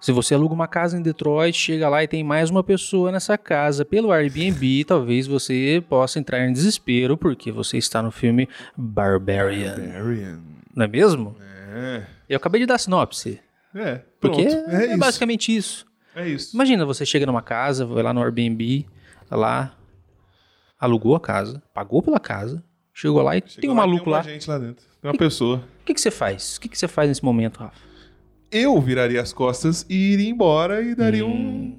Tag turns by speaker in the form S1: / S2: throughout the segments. S1: Se você aluga uma casa em Detroit, chega lá e tem mais uma pessoa nessa casa pelo Airbnb, talvez você possa entrar em desespero porque você está no filme Barbarian.
S2: Marion.
S1: Não é mesmo?
S2: É.
S1: Eu acabei de dar a sinopse.
S2: É.
S1: Porque
S2: pronto.
S1: é,
S2: é, isso.
S1: basicamente isso.
S2: É isso.
S1: Imagina, você chega numa casa, vai lá no Airbnb, lá, alugou a casa, pagou pela casa, chegou lá e
S2: Chegou
S1: tem um
S2: lá,
S1: maluco lá.
S2: Tem uma gente lá dentro. Tem uma pessoa.
S1: O que, que você faz? O que, que você faz nesse momento, Rafa?
S2: Eu viraria as costas e iria embora e daria um,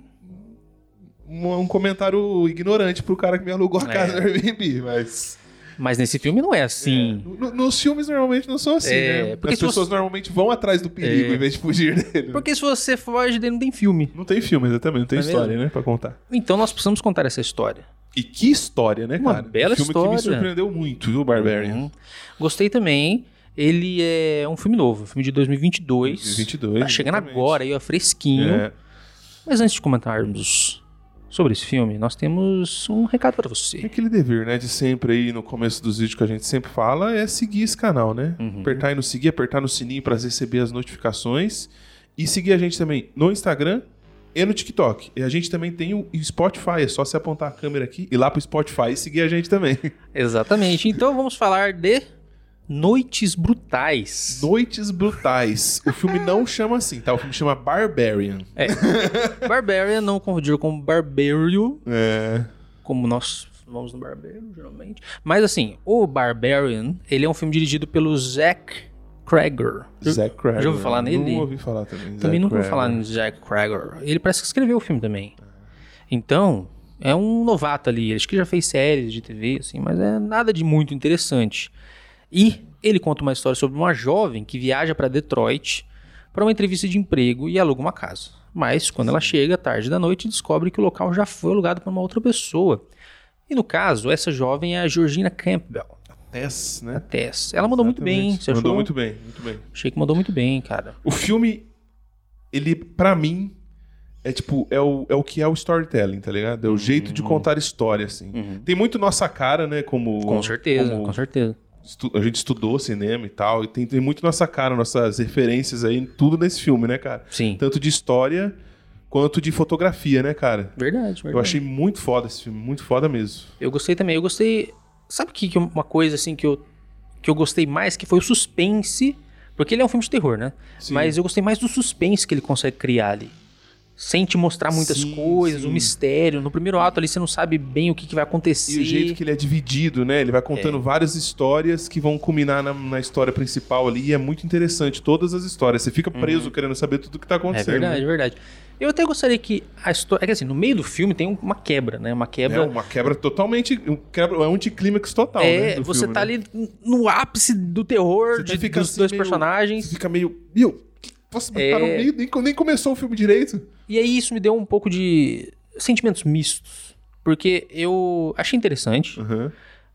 S2: um. um comentário ignorante pro cara que me alugou a
S1: Hum. É.
S2: casa no Airbnb, mas.
S1: Mas nesse filme não é assim.
S2: É, no- nos filmes normalmente não são assim,
S1: É,
S2: né?
S1: porque
S2: As
S1: se
S2: pessoas normalmente vão atrás do perigo
S1: É.
S2: em vez de fugir dele.
S1: Porque se você foge dele, não tem filme.
S2: Não tem filme, exatamente, não tem
S1: É
S2: história,
S1: mesmo?
S2: né? Pra contar.
S1: Então nós precisamos contar essa história.
S2: E que história, né,
S1: Uma
S2: cara?
S1: bela
S2: um filme que me
S1: história.
S2: surpreendeu muito, viu, Barbarian?
S1: Uhum. Gostei também. Ele é um filme novo, um filme de 2022.
S2: 2022,
S1: Tá chegando
S2: exatamente.
S1: agora aí, ó, fresquinho.
S2: É,
S1: Mas antes de comentarmos sobre esse filme, nós temos um recado pra
S2: E
S1: você.
S2: aquele dever, né, de sempre aí no começo dos vídeos que a gente sempre fala é seguir esse canal, né?
S1: Uhum.
S2: Apertar aí no seguir, apertar no sininho pra receber as notificações e seguir a gente também no Instagram e no TikTok. E a gente também tem o Spotify, é só você apontar a câmera aqui e lá pro Spotify e seguir a gente também.
S1: Exatamente. Então vamos falar de Noites Brutais.
S2: Noites Brutais. O filme não chama assim, tá? O filme chama Barbarian.
S1: Barbarian, não confundir com Barberio,
S2: É.
S1: como nós vamos no Barbeiro, geralmente. Mas assim, o Barbarian, ele é um filme dirigido pelo Zack Cregor.
S2: Zack Craig.
S1: já ouviu falar nele?
S2: Não ouvi falar também.
S1: Também
S2: Zac
S1: nunca ouvi
S2: Cregor.
S1: falar em Jack Cregor. Ele parece que escreveu o filme também. Então, é um novato ali. Acho que já fez séries de TV, assim, mas é nada de muito interessante. E ele conta uma história sobre uma jovem que viaja para Detroit para uma entrevista de emprego e aluga uma casa. Mas, quando ela chega, tarde da noite, descobre que o local já foi alugado para uma outra pessoa. E no caso, essa jovem é a Georgina Campbell,
S2: Tess,
S1: a
S2: né?
S1: Tess. Ela mandou muito bem, hein?
S2: Exatamente.
S1: Você
S2: Mandou
S1: achou?
S2: muito bem, muito bem.
S1: Achei que mandou muito bem, cara.
S2: O filme, ele, pra mim, é tipo, é o, é o que é o storytelling, tá ligado? É o jeito
S1: Uhum.
S2: de contar história, assim. Tem muito nossa cara, né? Como,
S1: Com certeza,
S2: como
S1: com certeza.
S2: estu- a gente estudou cinema e tal, e tem, tem muito nossa cara, nossas referências aí, tudo nesse filme, né, cara?
S1: Sim.
S2: Tanto de história quanto de fotografia, né, cara?
S1: Verdade, verdade.
S2: Eu achei muito foda esse filme, muito foda mesmo.
S1: Eu gostei também. Eu gostei. Sabe que, que uma coisa assim que eu, que eu gostei mais que foi o suspense, porque ele é um filme de terror, né?
S2: Sim.
S1: Mas eu gostei mais do suspense que ele consegue criar ali. Sem te mostrar muitas
S2: Sim,
S1: coisas,
S2: sim.
S1: o mistério. No primeiro ato ali você não sabe bem o que, que vai acontecer.
S2: E o jeito que ele é dividido, né? Ele vai contando
S1: É.
S2: várias histórias que vão culminar na, na história principal ali. E é muito interessante, todas as histórias. Você fica preso querendo saber tudo que tá
S1: Uhum. É
S2: acontecendo.
S1: verdade, é
S2: né?
S1: verdade. Eu até gostaria que a história. É que assim, no meio do filme tem uma quebra, né? Uma
S2: É
S1: quebra.
S2: uma quebra totalmente. Um quebra, é um anticlímax total.
S1: É,
S2: né, do
S1: você
S2: filme,
S1: tá
S2: né?
S1: ali no ápice do terror
S2: Você
S1: de-
S2: fica
S1: dos
S2: assim,
S1: dois
S2: meio-
S1: personagens.
S2: Você fica meio. Meu, que- nossa, mas tá no
S1: É.
S2: meio, nem, nem começou o filme direito.
S1: E aí isso me deu um pouco de sentimentos mistos. Porque eu achei interessante,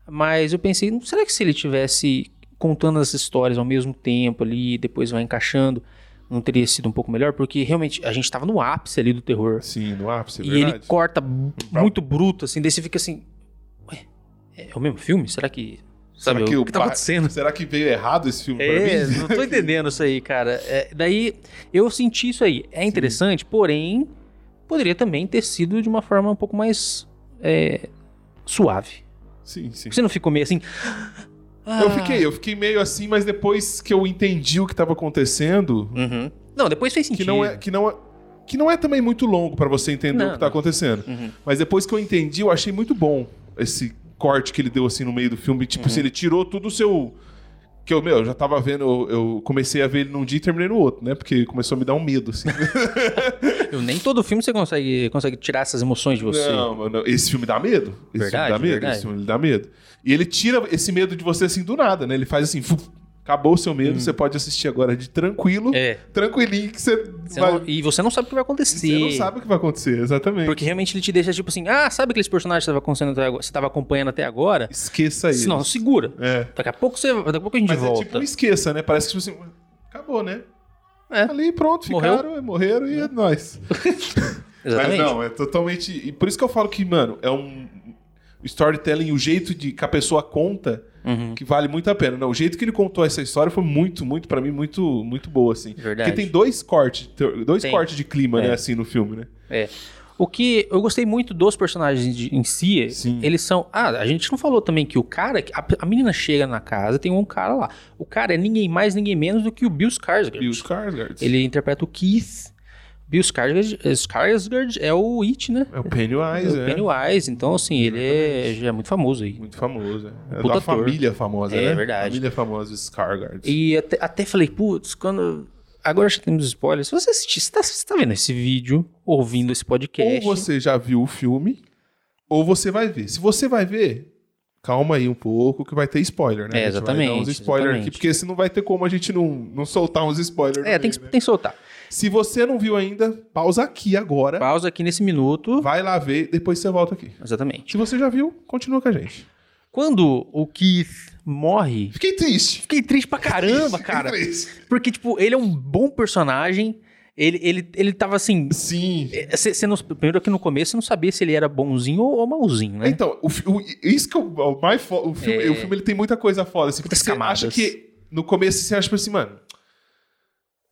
S1: mas eu pensei, "Não, será que se ele tivesse contando as histórias ao mesmo tempo ali, depois vai encaixando, não teria sido um pouco melhor? Porque realmente a gente tava no ápice ali do terror.
S2: Sim, no ápice, é
S1: e ele
S2: verdade.
S1: corta b- muito bruto, assim, daí você fica assim, ué, é o mesmo filme? Será que. Sabe, o, que tá
S2: pa-
S1: acontecendo?
S2: Será que veio errado esse filme
S1: É,
S2: pra mim?
S1: não tô entendendo isso aí, cara. É, daí eu senti isso aí. É interessante, porém, poderia também ter sido de uma forma um pouco mais é, suave.
S2: Sim, sim.
S1: Você não ficou meio assim. "Ah".
S2: Eu fiquei, eu fiquei meio assim, mas depois que eu entendi o que tava acontecendo,
S1: Uhum. Não, depois fez sentido.
S2: que não é que não é, que não é também muito longo pra você entender
S1: Não,
S2: o que tá
S1: não.
S2: acontecendo.
S1: Uhum.
S2: Mas depois que eu entendi, eu achei muito bom esse corte que ele deu assim no meio do filme, tipo, se ele tirou tudo o seu que eu, meu, eu já tava vendo, eu, eu comecei a ver ele num dia e terminei no outro, né? Porque começou a me dar um medo, assim.
S1: Eu- nem todo filme você consegue, consegue tirar essas emoções de você.
S2: Não, mano, esse filme dá medo. Esse
S1: Verdade,
S2: filme dá medo,
S1: verdade.
S2: esse filme ele dá medo. E ele tira esse medo de você, assim, do nada, né? Ele faz assim, fu, acabou o seu medo, você pode assistir agora de tranquilo,
S1: É.
S2: tranquilinho, que você,
S1: Você
S2: vai-
S1: não- e você não sabe o que vai acontecer.
S2: você não sabe o que vai acontecer, exatamente.
S1: Porque realmente ele te deixa tipo assim: ah, sabe aqueles personagens que tava acontecendo até agora- você tava acompanhando até agora?
S2: Esqueça isso.
S1: Não, segura.
S2: É.
S1: Daqui a pouco você. Daqui a pouco a gente
S2: Mas
S1: volta.
S2: é tipo, um esqueça, né? Parece que tipo assim, acabou, né?
S1: É.
S2: Ali, pronto,
S1: Morreu.
S2: ficaram, é, morreram e é nóis.
S1: Exatamente.
S2: Mas não, é totalmente. E por isso que eu falo que, mano, é um. o Storytelling, o jeito de que a pessoa conta
S1: Uhum.
S2: que vale muito a pena. Não, o jeito que ele contou essa história foi muito, muito, pra mim, muito, muito boa, assim.
S1: Verdade.
S2: Porque tem dois cortes, dois
S1: Tem.
S2: cortes de clima,
S1: É.
S2: né, assim, no filme, né?
S1: É. O que eu gostei muito dos personagens de- em si,
S2: Sim.
S1: eles são. Ah, a gente não falou também que o cara. A, a menina chega na casa, tem um cara lá. O cara é ninguém mais, ninguém menos do que o Bill Skarsgård.
S2: E os Skarsgård.
S1: Ele interpreta o Keith. Bill Skarsgård, eh, Skarsgård é o It, né?
S2: É o
S1: É
S2: Pennywise,
S1: o
S2: é.
S1: Pennywise. Então, assim, ele é, já é muito famoso aí.
S2: Muito famoso, é. É
S1: Puta
S2: da
S1: ator.
S2: família famosa,
S1: É,
S2: né?
S1: verdade.
S2: Família famosa, os Skarsgård.
S1: E até, até falei, putz, quando. Agora já temos spoilers. Se você assistir, você tá, você tá vendo esse vídeo, ouvindo esse
S2: Ou
S1: podcast.
S2: você já viu o filme, ou você vai ver. Se você vai ver, calma aí um pouco, que vai ter spoiler, né?
S1: É,
S2: A gente vai
S1: exatamente,
S2: dar uns spoilers
S1: exatamente.
S2: aqui, porque senão não vai ter como a gente não, não soltar uns spoilers.
S1: É,
S2: no
S1: tem
S2: meio,
S1: que,
S2: né?
S1: tem que soltar.
S2: Se você não viu ainda, pausa aqui agora,
S1: Pausa aqui nesse minuto.
S2: vai lá ver, depois você volta aqui.
S1: Exatamente.
S2: Se você já viu, continua com a gente.
S1: Quando o Keith morre,
S2: Fiquei triste.
S1: fiquei triste pra caramba,
S2: Fiquei
S1: cara.
S2: triste.
S1: Porque, tipo, ele é um bom personagem. Ele, ele, ele tava assim.
S2: Sim.
S1: é, cê- cê não- primeiro que no começo você não sabia se ele era bonzinho ou, ou malzinho, né?
S2: Então, o, fi- o- isso que é o, o mais fo- o filme,
S1: É.
S2: o filme ele tem muita coisa foda. Assim, porque
S1: Muitas
S2: você
S1: camadas.
S2: acha que no começo você acha tipo assim, mano.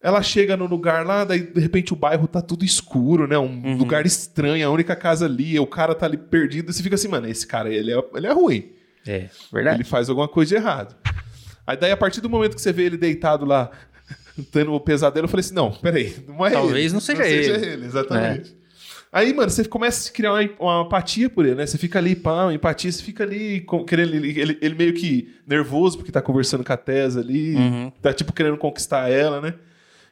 S2: Ela chega no lugar lá, daí de repente o bairro tá tudo escuro, né? Um
S1: Uhum.
S2: lugar estranho, a única casa ali, o cara tá ali perdido. Você fica assim, mano, esse cara, ele é, ele é ruim.
S1: É, verdade.
S2: Ele faz alguma coisa de errado. Aí daí, a partir do momento que você vê ele deitado lá, tendo o pesadelo, eu falei assim, não, peraí, não é
S1: Talvez
S2: ele.
S1: não seja ele.
S2: exatamente. Aí, mano, você começa a criar uma, uma empatia por ele, né? Você fica ali, pá, uma empatia, você fica ali com- querendo... Ele, ele- ele meio que nervoso porque tá conversando com a Tessa ali,
S1: Uhum.
S2: tá, tipo, querendo conquistar ela, né?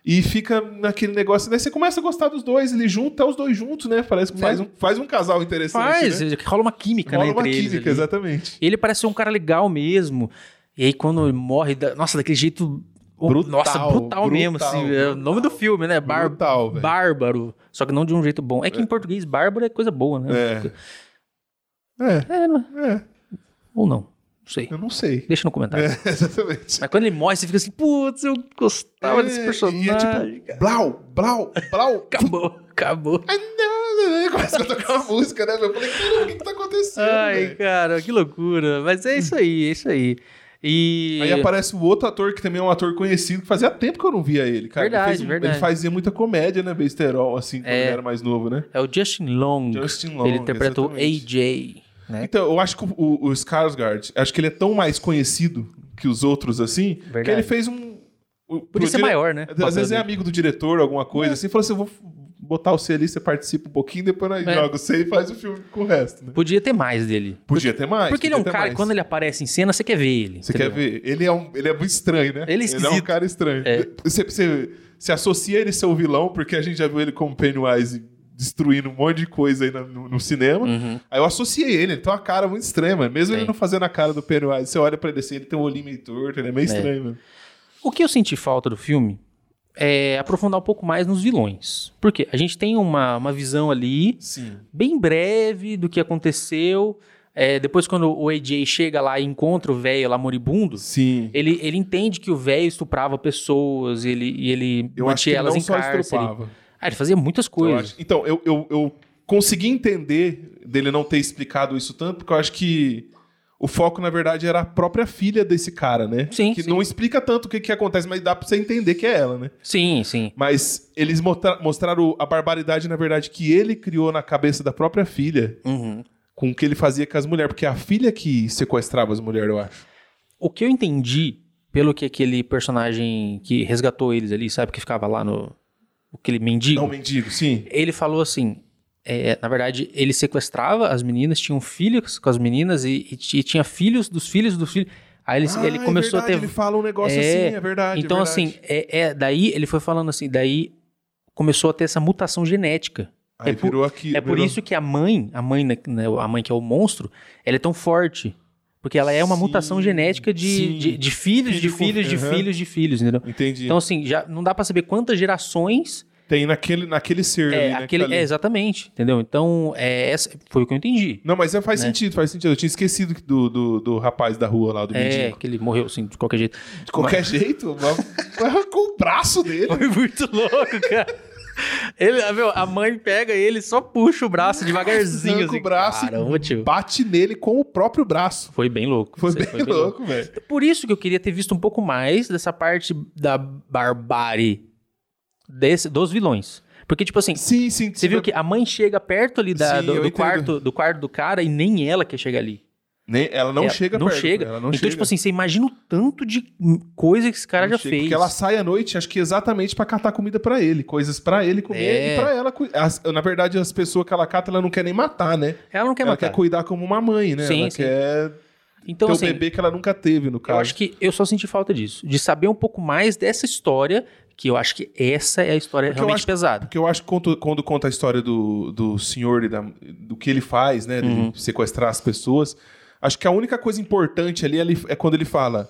S2: E fica naquele negócio, né? Você começa a gostar dos dois, ele junta os dois juntos, né? Parece que faz, um, faz um casal interessante,
S1: Faz,
S2: né?
S1: rola uma química,
S2: Rola
S1: né,
S2: uma
S1: entre eles
S2: química,
S1: ali.
S2: exatamente.
S1: Ele parece ser um cara legal mesmo. E aí quando ele morre, da- nossa, daquele jeito.
S2: Brutal,
S1: nossa, brutal, mesmo.
S2: brutal,
S1: assim, é o nome do filme, né? Bar-
S2: Brutal, velho.
S1: bárbaro. Só que não de um jeito bom. É que em português, bárbaro é coisa boa, né?
S2: É,
S1: É, não-
S2: é,
S1: ou não. Não sei.
S2: eu não sei.
S1: Deixa no comentário.
S2: É, exatamente.
S1: Mas quando ele morre, você fica assim, putz, eu gostava
S2: É,
S1: desse personagem.
S2: E é tipo, blau, blau, blau.
S1: Acabou, acabou.
S2: Começa a tocar uma música, né? Eu falei, caramba, o que que tá acontecendo,
S1: Ai,
S2: velho?
S1: cara, que loucura. Mas é isso aí, é isso aí. E.
S2: Aí aparece o outro ator, que também é um ator conhecido, que fazia tempo que eu não via ele, cara. Ele
S1: Verdade,
S2: fez um-
S1: verdade.
S2: Ele fazia muita comédia, né? Besterol, assim, quando
S1: É.
S2: ele era mais novo, né?
S1: É o Justin Long.
S2: Justin Long,
S1: Ele interpretou
S2: exatamente.
S1: AJ, né?
S2: Então, eu acho que o, o, o Skarsgård, acho que ele é tão mais conhecido que os outros, assim,
S1: Verdade.
S2: que ele fez um... o-
S1: Por
S2: pro
S1: isso é
S2: dire-
S1: maior, né? É.
S2: Às vezes é amigo do diretor, alguma coisa, assim, falou assim: eu vou botar você ali, você participa um pouquinho, depois nós
S1: É.
S2: joga você e faz o filme com o resto, né?
S1: Podia ter mais dele.
S2: Podia ter mais.
S1: Porque ele é um
S2: podia ter
S1: cara
S2: mais.
S1: que quando ele aparece em cena, você quer ver ele.
S2: Você quer
S1: entendeu?
S2: ver? Ele é, um, ele é muito estranho, né?
S1: Ele é
S2: é um
S1: esquisito.
S2: cara estranho.
S1: É.
S2: Você, você se associa ele ser o vilão, porque a gente já viu ele como Pennywise destruindo um monte de coisa aí na- no, no cinema.
S1: Uhum. É.
S2: Aí eu associei ele, ele tem uma cara muito estranha, mano. Mesmo
S1: Tem.
S2: ele não fazendo a cara do Pennywise, você olha pra ele assim, ele tem um olhinho meio torto, ele é meio
S1: É.
S2: estranho, mano.
S1: O que eu senti falta do filme é aprofundar um pouco mais nos vilões. Porque a gente tem uma, uma visão ali,
S2: Sim.
S1: bem breve, do que aconteceu. É, depois, quando o AJ chega lá e encontra o velho lá moribundo,
S2: Sim.
S1: ele, ele entende que o velho estuprava pessoas ele, e ele
S2: Eu acho que
S1: mantinha
S2: ele
S1: elas
S2: não
S1: em
S2: só
S1: cárcere.
S2: estrupava.
S1: Ah, ele fazia muitas
S2: Eu
S1: coisas.
S2: acho- então, eu, eu, eu consegui entender dele não ter explicado isso tanto, porque eu acho que o foco, na verdade, era a própria filha desse cara, né?
S1: Sim,
S2: Que
S1: sim.
S2: não explica tanto o que, que acontece, mas dá pra você entender que é ela, né?
S1: Sim, sim.
S2: Mas eles mostra- mostraram a barbaridade, na verdade, que ele criou na cabeça da própria filha
S1: Uhum.
S2: com o que ele fazia com as mulheres, porque é a filha que sequestrava as mulheres, eu acho.
S1: O que eu entendi, pelo que aquele personagem que resgatou eles ali, sabe, que ficava lá no. aquele mendigo.
S2: Não, mendigo, sim.
S1: ele falou assim. é, na verdade, ele sequestrava as meninas, tinham filhos com as meninas e, e ti- tinha filhos dos filhos dos filhos. Aí ele,
S2: Ah,
S1: ele
S2: é
S1: começou
S2: verdade,
S1: a ter.
S2: Ele fala um
S1: É,
S2: negócio assim, é verdade. é
S1: então,
S2: verdade.
S1: assim, é, é- daí ele foi falando assim, daí começou a ter essa mutação genética.
S2: Aí
S1: é por-
S2: virou aqui.
S1: é por
S2: virou-
S1: isso que a mãe, a mãe, né, né, a mãe que é o monstro, ela é tão forte. Porque ela é uma
S2: Sim,
S1: mutação genética de,
S2: sim.
S1: de, de filhos, de
S2: Filho com-
S1: filhos, de
S2: aham.
S1: filhos, de filhos, entendeu?
S2: Entendi.
S1: Então, assim, já não dá pra saber quantas gerações
S2: Tem naquele, naquele ser
S1: É,
S2: ali, né? que
S1: aquele-
S2: tá ali.
S1: é, exatamente, entendeu? Então, é, essa, foi o que eu entendi.
S2: Não, mas é, faz
S1: né?
S2: sentido, faz sentido. Eu tinha esquecido que do, do, do rapaz da rua lá, do
S1: É,
S2: mendigo.
S1: que ele morreu, assim, de qualquer jeito.
S2: De qualquer jeito, mas- mas arrancou o braço dele.
S1: Foi muito louco, cara. Ele, ah, meu, a mãe pega ele, só puxa o braço devagarzinho.
S2: Arranca
S1: Assim.
S2: o braço e-
S1: Caramba, tio.
S2: Bate nele com o próprio braço.
S1: Foi bem louco.
S2: Foi
S1: Isso aí
S2: bem, louco, velho.
S1: Por isso que eu queria ter visto um pouco mais dessa parte da barbárie desse- dos vilões. Porque, tipo assim,
S2: Sim, sim.
S1: você viu que a mãe chega perto ali da-
S2: Sim,
S1: do,
S2: eu
S1: do
S2: entendo.
S1: quarto, do quarto do cara e nem ela quer chegar ali.
S2: Nem- ela não
S1: É,
S2: chega
S1: não
S2: perto,
S1: chega.
S2: Ela não
S1: então,
S2: chega.
S1: tipo assim, você imagina o tanto de coisa que esse cara
S2: Não
S1: já
S2: chega,
S1: fez.
S2: Porque ela sai à noite, acho que exatamente pra catar comida pra ele. Coisas pra ele comer
S1: É.
S2: e pra ela. cu- as- na verdade, as pessoas que ela cata, ela não quer nem matar, né?
S1: Ela não quer
S2: ela
S1: matar.
S2: quer cuidar como uma mãe, né?
S1: Sim,
S2: ela
S1: sim.
S2: quer
S1: Então,
S2: ter
S1: assim,
S2: o bebê que ela nunca teve, no caso.
S1: eu acho que eu só senti falta disso. De saber um pouco mais dessa história, que eu acho que essa é a história
S2: Porque eu
S1: realmente
S2: acho-
S1: pesada.
S2: Porque eu acho que quando, quando conta a história do, do senhor e da, do que ele faz, né? dele
S1: Uhum.
S2: sequestrar as pessoas, acho que a única coisa importante ali ele- é quando ele fala.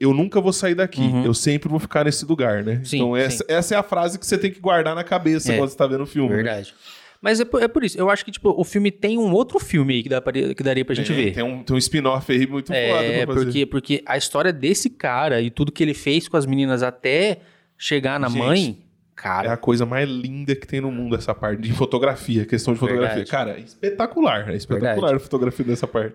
S2: Eu nunca vou sair daqui, eu sempre vou ficar nesse lugar, né?
S1: Uhum. Sim,
S2: então, essa, essa é a frase que você tem que guardar na cabeça
S1: É.
S2: quando você tá vendo o filme. né?
S1: Verdade. Mas é por, é por isso. Eu acho que, tipo, o filme tem um outro filme aí que, dá pra, que daria pra gente
S2: tem,
S1: ver.
S2: Tem um, tem um spin-off aí muito
S1: é,
S2: foda pra fazer.
S1: porque, porque a história desse cara e tudo que ele fez com as meninas até chegar na
S2: Gente,
S1: mãe,
S2: É
S1: cara,
S2: a coisa mais linda que tem no mundo essa parte de fotografia, questão de fotografia.
S1: Verdade.
S2: Cara, é espetacular. É espetacular
S1: Verdade.
S2: a fotografia dessa parte.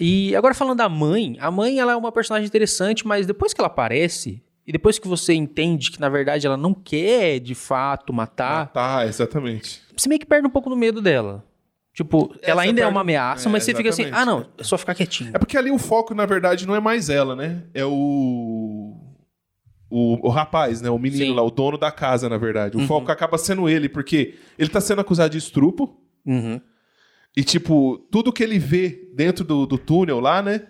S1: E agora falando da mãe, a mãe ela é uma personagem interessante, mas depois que ela aparece e depois que você entende que na verdade ela não quer de fato matar,
S2: tá, exatamente.
S1: você meio que perde um pouco do medo dela. Tipo,
S2: É,
S1: ela
S2: você
S1: ainda é
S2: perde-
S1: uma ameaça,
S2: é,
S1: mas você fica assim, ah
S2: exatamente.
S1: não, é só ficar quietinho.
S2: É porque ali o foco, na verdade, não é mais ela, né? É o. O, o rapaz, né? O menino
S1: Sim. Uhum.
S2: lá, o dono da casa, na verdade. O foco acaba sendo ele, porque ele tá sendo acusado de estrupo.
S1: Uhum.
S2: E, tipo, tudo que ele vê dentro do, do túnel lá, né?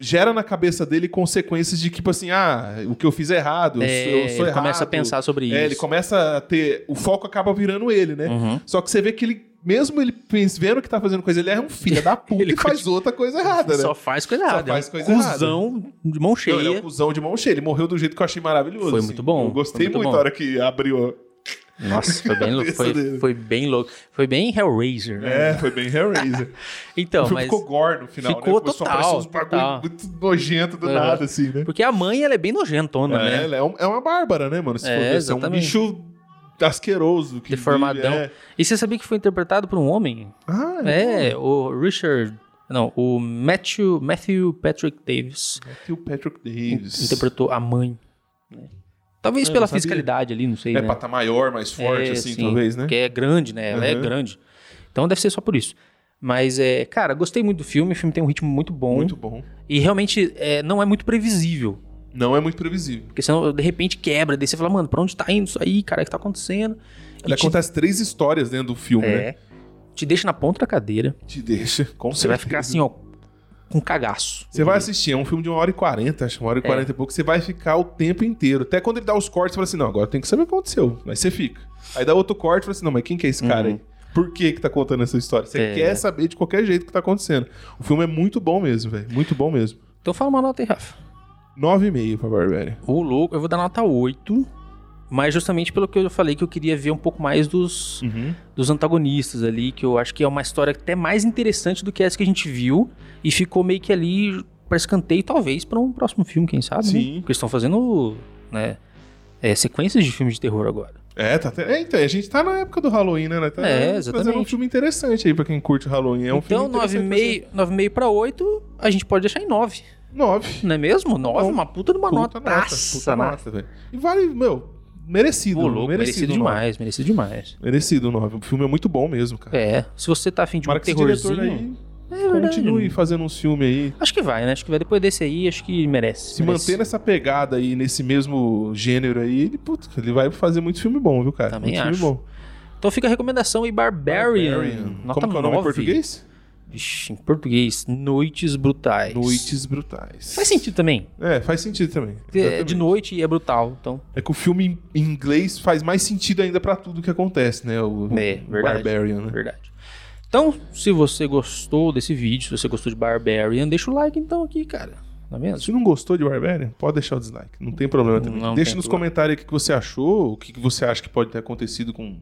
S2: Gera na cabeça dele consequências de, tipo assim, ah, o que eu fiz é errado, eu
S1: É,
S2: sou- eu
S1: ele
S2: sou errado.
S1: começa a pensar sobre isso.
S2: É, ele começa a ter. O foco acaba virando ele, né?
S1: Uhum.
S2: Só que você vê que ele, mesmo ele pens- vendo que tá fazendo coisa, ele é um filho da puta
S1: Ele
S2: e faz outra coisa errada, né?
S1: Só faz coisa errada.
S2: faz coisa
S1: é um
S2: errada.
S1: cuzão de mão
S2: Não, ele é
S1: cheia.
S2: um cuzão de mão cheia. Ele morreu do jeito que eu achei maravilhoso.
S1: Foi
S2: assim.
S1: muito bom,
S2: Eu gostei
S1: foi muito
S2: muito,
S1: bom.
S2: a hora que abriu.
S1: Nossa, foi bem louco.
S2: cabeça
S1: Foi,
S2: dele.
S1: foi bem louco. Foi bem Hellraiser, né?
S2: É, foi bem Hellraiser.
S1: Então,
S2: o filme
S1: mas
S2: ficou gore no final,
S1: Ficou
S2: né? Começou a aparecer uns
S1: total,
S2: bagulho
S1: total.
S2: muito nojento do
S1: Uhum.
S2: nada, assim, né?
S1: porque a mãe ela é bem nojentona, né?
S2: É, ela é um- é uma bárbara, né, mano? Se
S1: É,
S2: for ver, é um
S1: exatamente.
S2: bicho asqueroso. Que
S1: Deformadão.
S2: vive, é.
S1: E você sabia que foi interpretado por um homem?
S2: Ah, é.
S1: É, o Richard. Não, o Matthew, Matthew Patrick Davis
S2: Matthew Patrick Davis. Ah,
S1: interpretou a mãe. né? Talvez
S2: Eu
S1: pela
S2: não sabia.
S1: fiscalidade ali, não sei.
S2: É,
S1: né?
S2: pra tá maior, mais forte,
S1: É,
S2: assim,
S1: sim,
S2: talvez, né?
S1: Que é grande, né? Ela é
S2: Uhum.
S1: grande. Então deve ser só por isso. Mas, é, cara, gostei muito do filme. O filme tem um ritmo muito bom.
S2: Muito bom.
S1: E realmente é, não é muito previsível.
S2: Não é muito previsível.
S1: Porque senão, de repente, quebra. Daí você fala, mano, pra onde tá indo isso aí, cara? O que tá acontecendo? E
S2: Ele
S1: te-
S2: acontece três histórias dentro do filme, é né?
S1: é, te deixa na ponta da cadeira.
S2: Te deixa. Com
S1: Você vai
S2: certeza.
S1: ficar assim, ó, com cagaço.
S2: Você vai assistir, é um filme de uma hora e quarenta, acho, uma
S1: É.
S2: hora e quarenta e pouco, você vai ficar o tempo inteiro. Até quando ele dá os cortes, você fala assim, não, agora tem que saber o que aconteceu. Aí você fica. Aí dá outro corte, fala assim, não, mas quem que é esse cara aí? Por que que tá contando essa história? Você
S1: Uhum. É.
S2: quer saber de qualquer jeito o que tá acontecendo. O filme é muito bom mesmo, velho. Muito bom mesmo.
S1: Então fala uma nota aí, Rafa.
S2: Nove e meio pra Barbárie.
S1: O louco, eu vou dar nota 8, mas justamente pelo que eu falei que eu queria ver um pouco mais dos,
S2: Uhum.
S1: dos antagonistas ali, que eu acho que é uma história até mais interessante do que essa que a gente viu e ficou meio que ali para escanteio, talvez pra um próximo filme, quem sabe, né?
S2: Sim.
S1: Porque eles estão fazendo, né, é, sequências de filmes de terror agora.
S2: É, tá até... é, então, a gente tá na época do Halloween, né? né? Tá
S1: É,
S2: Fazendo um
S1: exatamente.
S2: filme interessante aí pra quem curte o Halloween. É um
S1: então,
S2: filme interessante pra você.
S1: 9,5 para 8, a gente pode deixar em 9,
S2: assim. Nove.
S1: não é mesmo? 9,
S2: bom.
S1: uma puta de uma
S2: Puta
S1: nota.
S2: puta nota, velho. E vale, meu, merecido.
S1: Ô, louco, merecido,
S2: merecido o nove.
S1: demais, merecido demais.
S2: Merecido o nove. O filme é muito bom mesmo, cara.
S1: É, se você tá afim de
S2: Tomara
S1: um
S2: que esse diretor
S1: terrorzinho...
S2: aí
S1: É verdade.
S2: continue fazendo uns filmes aí.
S1: Acho que vai, né? Acho que vai depois desse aí, acho que merece.
S2: Se
S1: merece.
S2: manter nessa pegada aí, nesse mesmo gênero aí, ele, putz, ele vai fazer muito filme bom, viu, cara?
S1: Também
S2: muito
S1: acho.
S2: filme bom.
S1: Então fica a recomendação aí, Barbarian. Nota
S2: né? Como que é o nome
S1: 9.
S2: em português?
S1: Vixe, em português, Noites Brutais.
S2: Noites Brutais.
S1: É Faz sentido também.
S2: É, faz sentido também.
S1: porque É de
S2: Exatamente.
S1: noite e é brutal, então...
S2: É que o filme em inglês faz mais sentido ainda pra tudo que acontece, né? O,
S1: É,
S2: o
S1: verdade.
S2: Barbarian, né?
S1: Verdade. Então, se você gostou desse vídeo, se você gostou de Barbarian, deixa o like então aqui, cara. Tá vendo?
S2: Se não gostou de Barbarian, pode deixar o dislike. Não tem problema também.
S1: Não
S2: Deixa
S1: tem
S2: nos
S1: problema.
S2: comentários aí o que que você achou, o que que você acha que pode ter acontecido com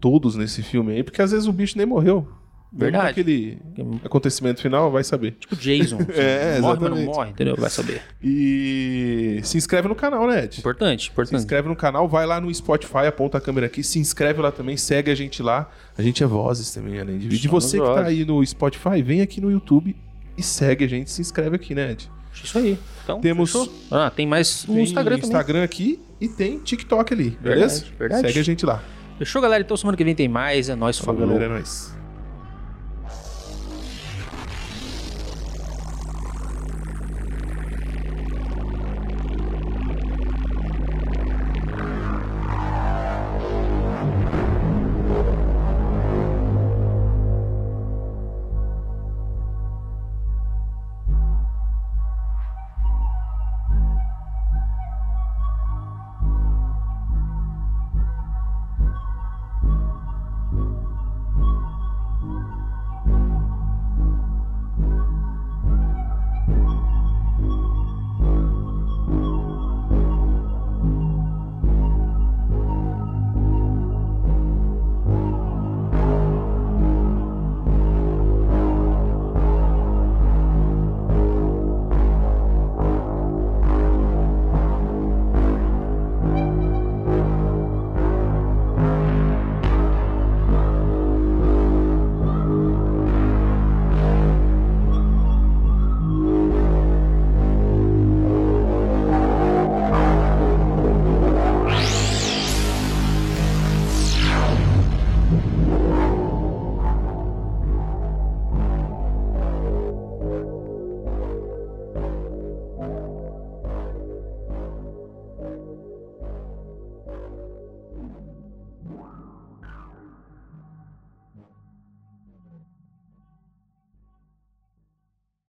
S2: todos nesse filme aí, porque às vezes o bicho nem morreu. Mesmo
S1: Verdade.
S2: Aquele acontecimento final, vai saber.
S1: Tipo Jason. assim, morre, mas
S2: É,
S1: não
S2: exatamente.
S1: morre, entendeu? Vai saber.
S2: E se inscreve no canal, né, Ed?
S1: Importante,
S2: Se
S1: importante.
S2: inscreve no canal, vai lá no Spotify, aponta a câmera aqui, se inscreve lá também, segue a gente lá. A gente é vozes também, além de. E de
S1: Somos
S2: você que tá
S1: vozes.
S2: aí no Spotify, vem aqui no YouTube e segue a gente, se inscreve aqui, né, Ed?
S1: Isso aí. Então,
S2: Temos-
S1: fechou? Ah, tem mais um
S2: Tem
S1: Instagram também.
S2: Instagram aqui e tem TikTok ali, beleza?
S1: Verdade, verdade.
S2: Segue a gente lá.
S1: Fechou, galera? Então semana que vem tem mais. É nóis,
S2: Falou,
S1: falou.
S2: galera, é nóis.